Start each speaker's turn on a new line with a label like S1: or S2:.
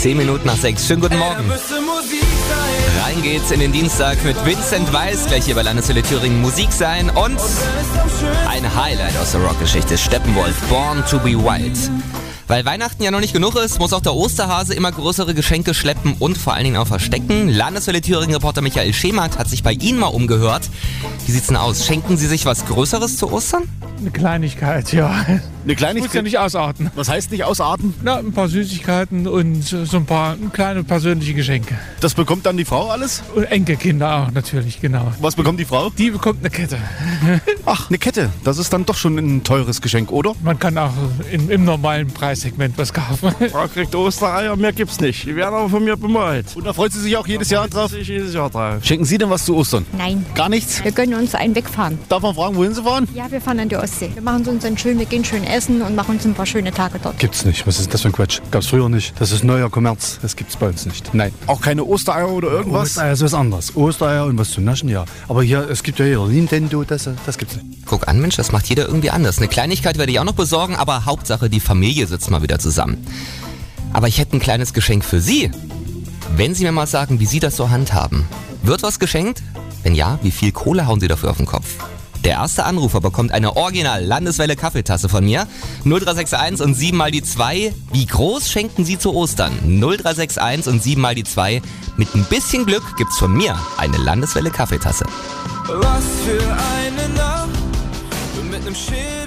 S1: 10 Minuten nach 6. Schönen guten Morgen. Rein geht's in den Dienstag mit Vincent Weiss, gleich hier bei Landeshölle Thüringen Musik sein und ein Highlight aus der Rockgeschichte, Steppenwolf, Born to be Wild. Weil Weihnachten ja noch nicht genug ist, muss auch der Osterhase immer größere Geschenke schleppen und vor allen Dingen auch verstecken. Landeshölle Thüringen-Reporter Michael Schemert hat sich bei Ihnen mal umgehört. Wie sieht's denn aus? Schenken Sie sich was Größeres zu Ostern?
S2: Eine Kleinigkeit, ja.
S3: Eine
S2: Muss ja
S3: Kleinigkeit.
S2: nicht ausarten.
S3: Was heißt nicht ausarten?
S2: Na, ein paar Süßigkeiten und so ein paar kleine persönliche Geschenke.
S3: Das bekommt dann die Frau alles?
S2: Und Enkelkinder auch natürlich, genau.
S3: Was bekommt die Frau?
S2: Die bekommt eine Kette.
S3: Ach, eine Kette. Das ist dann doch schon ein teures Geschenk, oder?
S2: Man kann auch in, im normalen Preissegment was kaufen.
S4: Frau kriegt Ostereier, mehr gibt's nicht. Die werden aber von mir bemalt.
S3: Und da freut sie sich auch jedes Jahr drauf.
S4: Ich jedes Jahr drauf.
S3: Schenken Sie denn was zu Ostern?
S5: Nein,
S3: Gar nichts?
S5: wir können uns einen wegfahren.
S3: Darf man fragen, wohin Sie fahren?
S5: Ja, wir fahren an die Ostsee. Wir machen uns dann schön, wir gehen schön essen und machen uns ein paar schöne Tage dort.
S6: Gibt's nicht. Was ist das für ein Quatsch? Gab's früher nicht. Das ist neuer Kommerz. Das gibt's bei uns nicht. Nein.
S3: Auch keine Ostereier oder irgendwas?
S6: Ostereier ist was anderes. Ostereier und was zum Naschen, ja. Aber hier, es gibt ja hier Nintendo, das, äh, das gibt's nicht.
S1: Guck an, Mensch, das macht jeder irgendwie anders. Eine Kleinigkeit werde ich auch noch besorgen, aber Hauptsache, die Familie sitzt mal wieder zusammen. Aber ich hätte ein kleines Geschenk für Sie. Wenn Sie mir mal sagen, wie Sie das so handhaben. Wird was geschenkt? Wenn ja, wie viel Kohle hauen Sie dafür auf den Kopf? Der erste Anrufer bekommt eine original Landeswelle Kaffeetasse von mir. 0361 und 7 mal die 2. Wie groß schenken Sie zu Ostern? 0361 und 7 mal die 2. Mit ein bisschen Glück gibt's von mir eine Landeswelle Kaffeetasse.
S7: Was für eine Nacht mit nem Schild.